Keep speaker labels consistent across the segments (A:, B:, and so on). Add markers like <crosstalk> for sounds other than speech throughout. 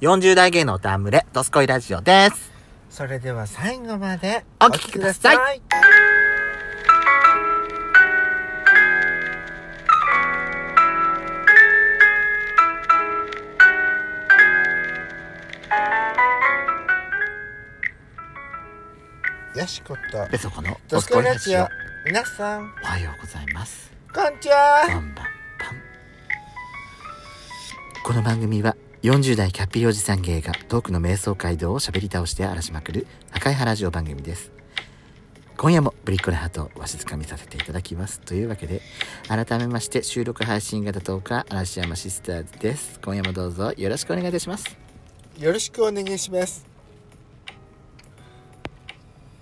A: 40代芸能たむれ、ドスコイラジオです。
B: それでは最後まで
A: お聞きください
B: お聞きください。よしこと、
A: で、そこの、
B: ド
A: ド
B: ス
A: ス
B: コ
A: コ
B: イ
A: イ
B: ラ
A: ラ
B: ジ
A: ジ
B: オ
A: オ。、
B: 皆さん、
A: おはようございます。
B: こんにち
A: バ
B: は。
A: ンバンバン。この番組は、40代キャッピーおじさん芸がトークの瞑想街道を喋り倒して荒らしまくる赤い原ラジオ番組です。今夜もブリッコのハートをわしづかみさせていただきます。というわけで、改めまして収録配信型トーカー嵐山シスターズです。今夜もどうぞよろしくお願いいたします。
B: よろしくお願いします。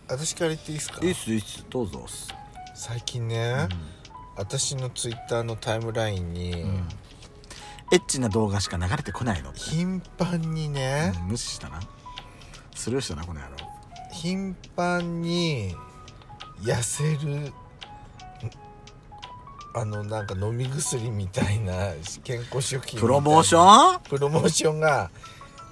B: 私から言っていいですか
A: すいいっす、どうぞっす。
B: 最近ね、私のツイッターのタイムラインに、
A: エッチな動画しか流れてこないのって
B: 頻繁にね、
A: 無視したなスルーしたなこの野郎
B: 頻繁に痩せるあのなんか飲み薬みたいな健康食品みたいな
A: プロモーション
B: プロモーションが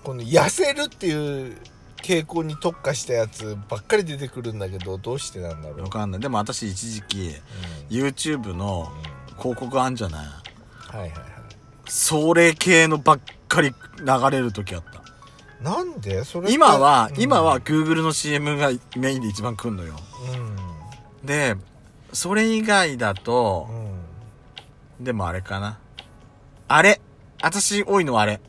B: この痩せるっていう傾向に特化したやつばっかり出てくるんだけどどうしてなんだろう、
A: わかんないでも私一時期
B: う
A: YouTube の
B: んうん
A: 広告あんじゃない
B: はいはいはい
A: それ系のばっかり流れる時あった
B: なんでそれって
A: 今は、
B: うん
A: 今は Google の CM がメインで一番来んのよ
B: う
A: でそれ以外だと
B: ん、うん
A: でもあれかなあれ私多いのはあれ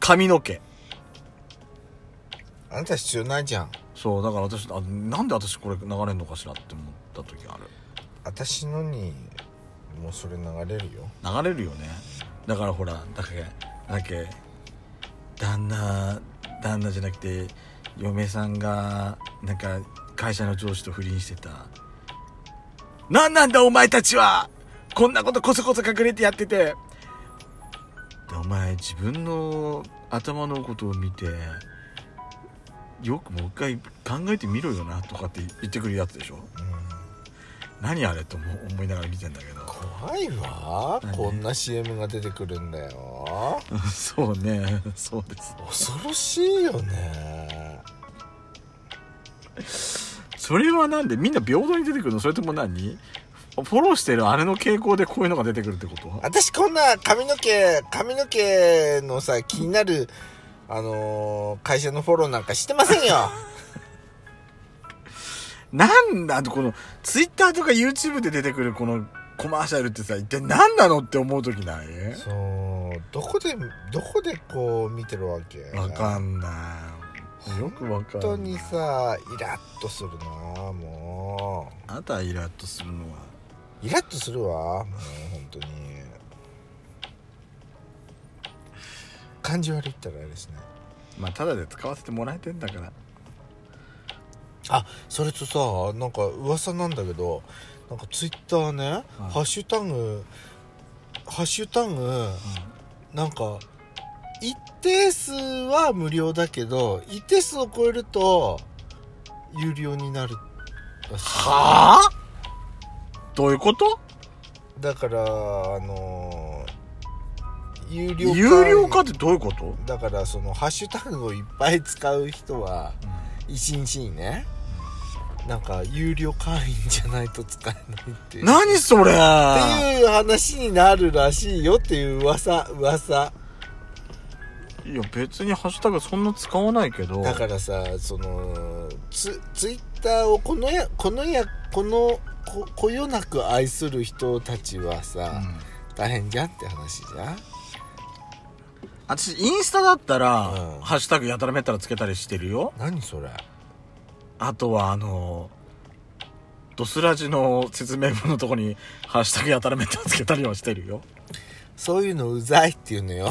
A: 髪の毛
B: あなた必要ないじゃん
A: そうだから私あなんで私これ流れんのかしらって思った時ある
B: 私のにもうそれ流れるよ
A: 流れるよねだからほらだっけだっけ旦那旦那じゃなくて嫁さんがなんか会社の上司と不倫してた「何なんだお前たちはこんなことこそこそ隠れてやってて」でお前自分の頭のことを見てよくもう一回考えてみろよなとかって言ってくるやつでしょ
B: うん
A: 何あれと思う思いながら見てんだけど
B: 怖いわ
A: 何
B: こんな CM が出てくるんだよ
A: <laughs> そうね、そうです。
B: 恐ろしいよね
A: それはなんでみんな平等に出てくるのそれとも何フォローしてるあれの傾向でこういうのが出てくるってこと
B: 私こんな髪の毛髪の毛のさ気になるあのー会社のフォローなんかしてませんよ
A: <laughs> なんだこの、ツイッターとか YouTube で出てくるこのコマーシャルってさ、一体何なのって思うときない
B: そうどこでどこでこう見てるわけ
A: わかんない。よくわかんない。
B: 本当に。さイラッとするなもう
A: あなたはイラッとするのは。
B: イラッとするわもう本当に感じ悪いったらあれですね
A: まあ、ただで使わせてもらえてんだから。
B: あそれとさなんか噂なんだけどなんかツイッターね、
A: はい
B: ハッシュタグハッシュタグなんか一定数は無料だけど一定数を超えると有料になるらしい
A: はぁどういうこと
B: だからあのー有料
A: 有料化ってどういうこと、
B: だからそのハッシュタグをいっぱい使う人は一日にねなんか有料会員じゃないと使えないっていう
A: 何それ
B: っていう話になるらしいよっていう噂噂
A: いや別にハッシュタグそんな使わないけど
B: だからさそのツツイッターをこのやこのやこのここよなく愛する人たちは
A: う
B: さ、
A: ん
B: 大変じゃんって話じゃん
A: 私インスタだったら、
B: うん
A: ハッシュタグやたらめったらつけたりしてるよ
B: 何それ
A: あとはあのドスラジの説明文のとこにハッシュタグやたらめったらつけたりはしてるよ
B: そういうのうざいっていうのよ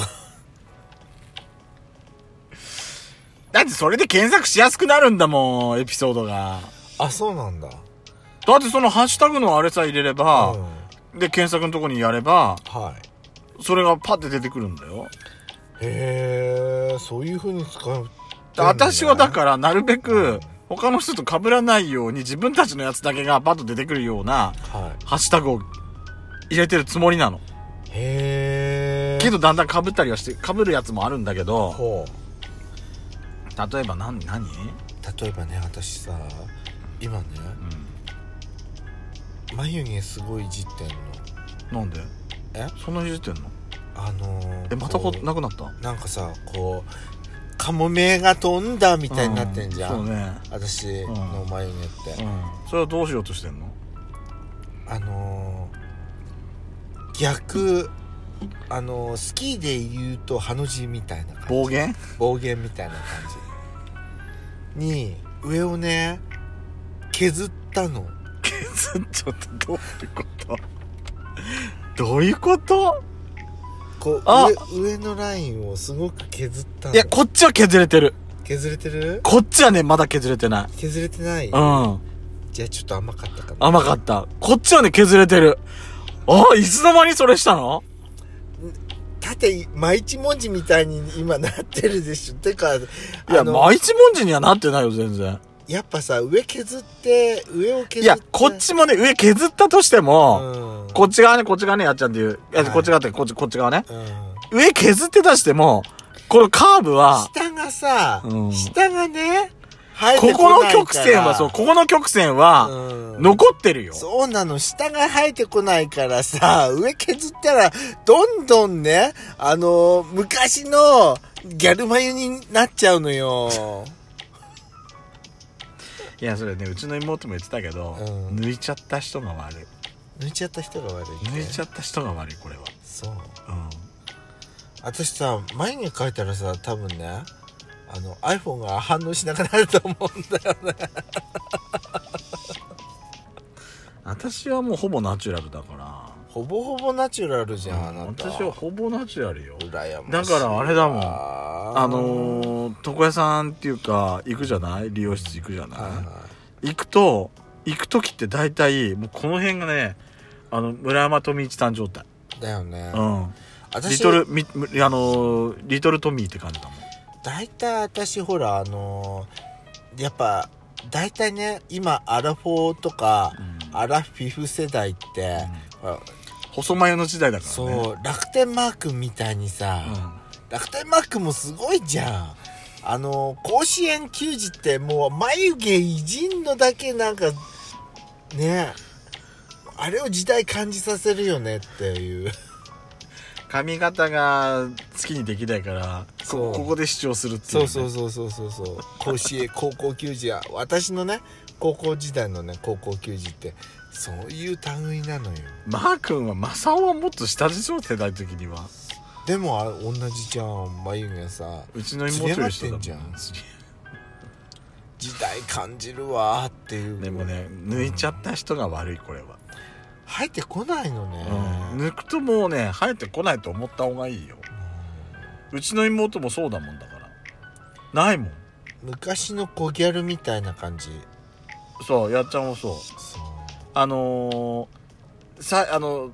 A: だってそれで検索しやすくなるんだもんエピソードが
B: あそうなんだ
A: だってそのハッシュタグのあれさ入れれ
B: うん
A: ば、で検索のとこにやれば
B: はい
A: それがパッて出てくるんだよ
B: へえそういうふうに使う
A: で私はだ
B: ら
A: からなるべ
B: う
A: く
B: ん
A: 他の人と被らないように自分たちのやつだけがパッと出てくるような
B: は
A: ハッシュタグを入れてるつもりなの。
B: いへえ
A: けどだんだんかぶったりはしてかぶるやつもあるんだけど
B: ほう
A: 例えば何何、
B: 例えばね私さ今ね眉毛すごいいじってんの
A: うん、なんで
B: え
A: そんなに言ってんの
B: あのー、
A: えまたこ
B: う
A: なくなった
B: なんかさこうカモメが飛んだみたいになってんじゃん、
A: うそうね
B: 私の眉毛って、
A: うんそれはどうしようとしてんの
B: あのー、逆あのー、スキーで言うとハの字みたいな感じ
A: 暴言 <laughs>
B: 暴言みたいな感じに上をね削ったの
A: 削っちゃったどういうことどういうこと
B: こう
A: あ
B: 上上のラインをすごく削ったの
A: いやこっちは削れてる
B: 削れてる
A: こっちはねまだ削れてない
B: 削れてない
A: うん
B: じゃあちょっと甘かったかな
A: 甘かったこっちはね削れてるああいつの間にそれしたの
B: 縦毎一文字みたいに今なってるでしょてかい
A: いや毎一文字にはなってないよ全然
B: やっぱさ上削って上を削ってい
A: いやこっちもね上削ったとして
B: う
A: も、
B: ん
A: こっち側ねこっち側ねやっちゃんっていう、いや
B: はい
A: こっち側ってこっちこっち側ね
B: うん
A: 上削ってたしてもこのカーブは
B: 下がさ、
A: うん
B: 下がね生え
A: こ
B: て
A: こ
B: こ
A: の
B: ないから
A: 曲線はそうここの曲線は
B: うん
A: 残ってるよ、
B: そうなの下が生えてこないからさ <laughs> 上削ったらどんどんねあの昔のギャル眉になっちゃう
A: <laughs>
B: のよ
A: いやそれねうちの妹も言ってたけど、
B: うん
A: 抜いちゃった人が悪い
B: 抜いちゃった人が悪い
A: 抜
B: ね
A: いちゃった人が悪いこれは
B: そう
A: うん
B: 私さ眉毛描いたらさ多分ねあの iPhone が反応しなくなると思うんだよ <laughs> ね
A: 私はもうほぼナチュラルだから
B: ほぼほぼナチュラルじゃん、あなた
A: 私はほぼナチュラルよ
B: 羨ましい
A: だからあれだもん
B: あ
A: あのー床屋さんっていうか行くじゃない理容室行くじゃない、
B: はい
A: 行くと行く時って大体もうこの辺がねあの村山富一さん状態
B: だよね、
A: うんリ
B: 私
A: トルみむあのーリトルトミーって感じだもん
B: 大体私ほらあのーやっぱ大体ね今アラフォーとか、
A: うん
B: アラフィフ世代って、ほら
A: 細眉の時代だからね
B: そう楽天マークみたいにさ、
A: うん
B: 楽天マークもすごいじゃんあの甲子園球児ってもう眉毛いじんのだけなんかねあれを時代感じさせるよねっていう
A: 髪型が好きにできないから
B: そ
A: こ
B: う
A: ここで主張するっていう
B: そ
A: ね、
B: うそうそうそうそうそう甲子園高校球児は私のね高校時代のね高校球児ってそういう類なのよ
A: マー君はマサオはもっと下地状態だい時には
B: でもあれ同じじゃん眉毛さ
A: うちの妹より下だも
B: つり上がってん
A: つり
B: 時代感じるわーっていう
A: でもね抜いちゃった人が悪いこれは、
B: 入ってこないのね、
A: 抜くともうね生えてこないと思った方がいいようちの妹もそうだもんだからないもん
B: 昔の小ギャルみたいな感じ
A: そうやっちゃんもそうあのー、さあの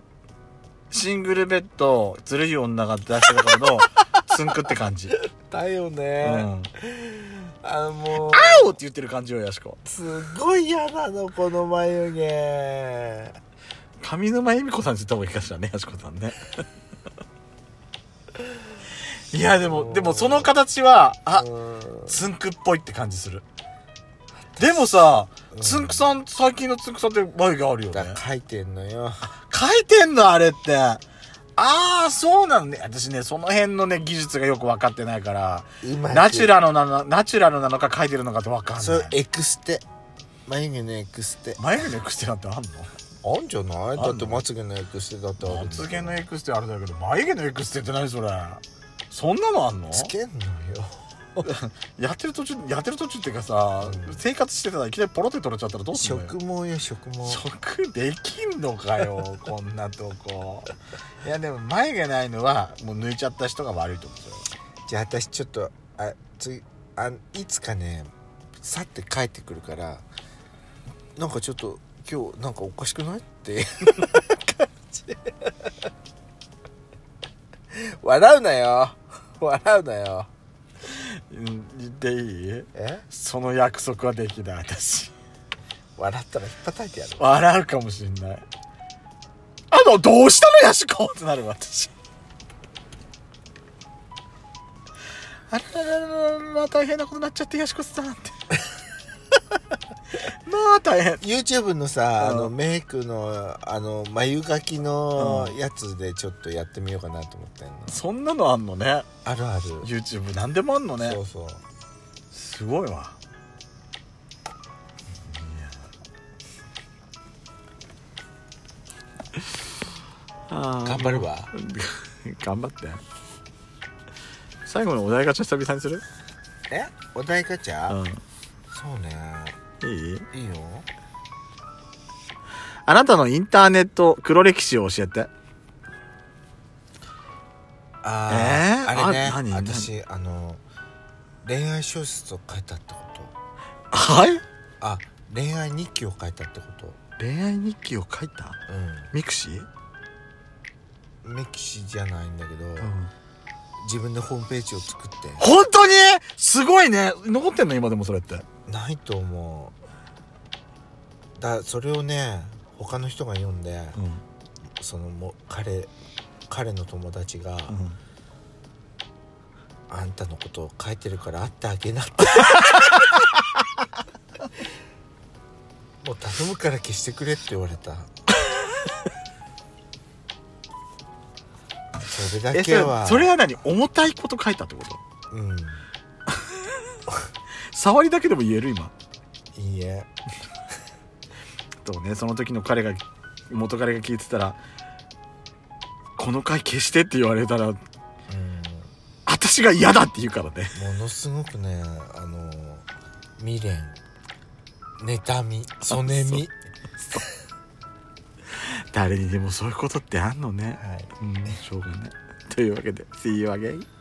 A: シングルベッドずるい女が出してたからの <laughs> つんくって感じ、うん、
B: だよね、
A: あ
B: あのもう
A: おって言ってる感じよやしこ
B: すごい嫌なのこの眉毛
A: 上沼恵美子さんに言った方がいいかしらねやしこさんね <laughs> いやでもでもその形はあ
B: うん
A: つんくっぽいって感じするでもさ、
B: うん
A: つんくさん最近のつんくさんって眉毛あるよ
B: だ
A: ね
B: 書いてんのよ
A: 書いてんのあれってああそうなんね私ねその辺のね技術がよく分かってないから
B: 今
A: ナチュラルなのナチュラルなのか書いてるのかって分かんな
B: そう
A: い
B: エクステ眉毛のエクステ
A: 眉毛のエクステなんてあんの
B: あんじゃない
A: の
B: だってまつげのエクステだってある
A: まつげのエクステあれだけど眉毛のエクステって何それそんなのあんの
B: つけんのよ
A: やってる途中やってる途中っていうかさ、
B: うん
A: 生活してたらいきなりポロって取れちゃったらどうすんのよ
B: 食毛よ食毛
A: 食できんのか <laughs> よこんなとこいやでも眉毛ないのはもう抜いちゃった人が悪いと思うよ
B: じゃあ私ちょっとあつあいつかねさって帰ってくるからなんかちょっと今日なんかおかしくないっていう <laughs> 感じ笑うなよ笑うなよ
A: うん言っていい
B: え
A: その約束はできない私
B: 笑ったら引っ叩いてやる
A: 笑うかもしんないあのどうしたのヤシコってなるわ私あらららららら大変なことになっちゃってやしこさんって <laughs> まあ大変
B: YouTube のさ、
A: うん
B: あのメイクのあの眉描きの
A: うん
B: やつでちょっとやってみようかなと思ってんの、
A: そんなのあんのね
B: あるある、
A: YouTube 何でもあんのね
B: そうそう
A: すごいわ頑
B: 頑張るわ
A: 頑張って最後のお題ガチャ久々にする
B: えお題ガチャ、
A: う
B: そうね
A: んいい
B: いいよ
A: あなたのインターネット黒歴史を教えて
B: あ
A: えー
B: ーあれね
A: あ何
B: 私あの恋愛小説を書いたってこと
A: はい
B: あ恋愛日記を書いたってこと
A: 恋愛日記を書いたミクシー、
B: うんメキシじゃないんだけど、
A: うん、
B: 自分でホームページを作って
A: 本当にすごいね残ってんの今でもそれって
B: ないと思うだそれをね他の人が読んで、
A: うん、
B: そのもう彼彼の友達が、あんたのことを書いてるから会ってあげなって
A: <laughs>
B: もう頼むから消してくれって言われ
A: <laughs>
B: たそれだ
A: えそ
B: け
A: れ
B: は
A: それは何重たいこと書いたってこと
B: うん
A: 触りだけでも言える今
B: いいえ
A: とねその時の彼が元彼が聞いてたら「この回消して」って言われたら
B: う
A: 私が嫌だって言うからね
B: んものすごくねあの未練妬みそねみ
A: <laughs> 誰にでもそういうことってあんのね
B: はい
A: うんしょうがないというわけで See you again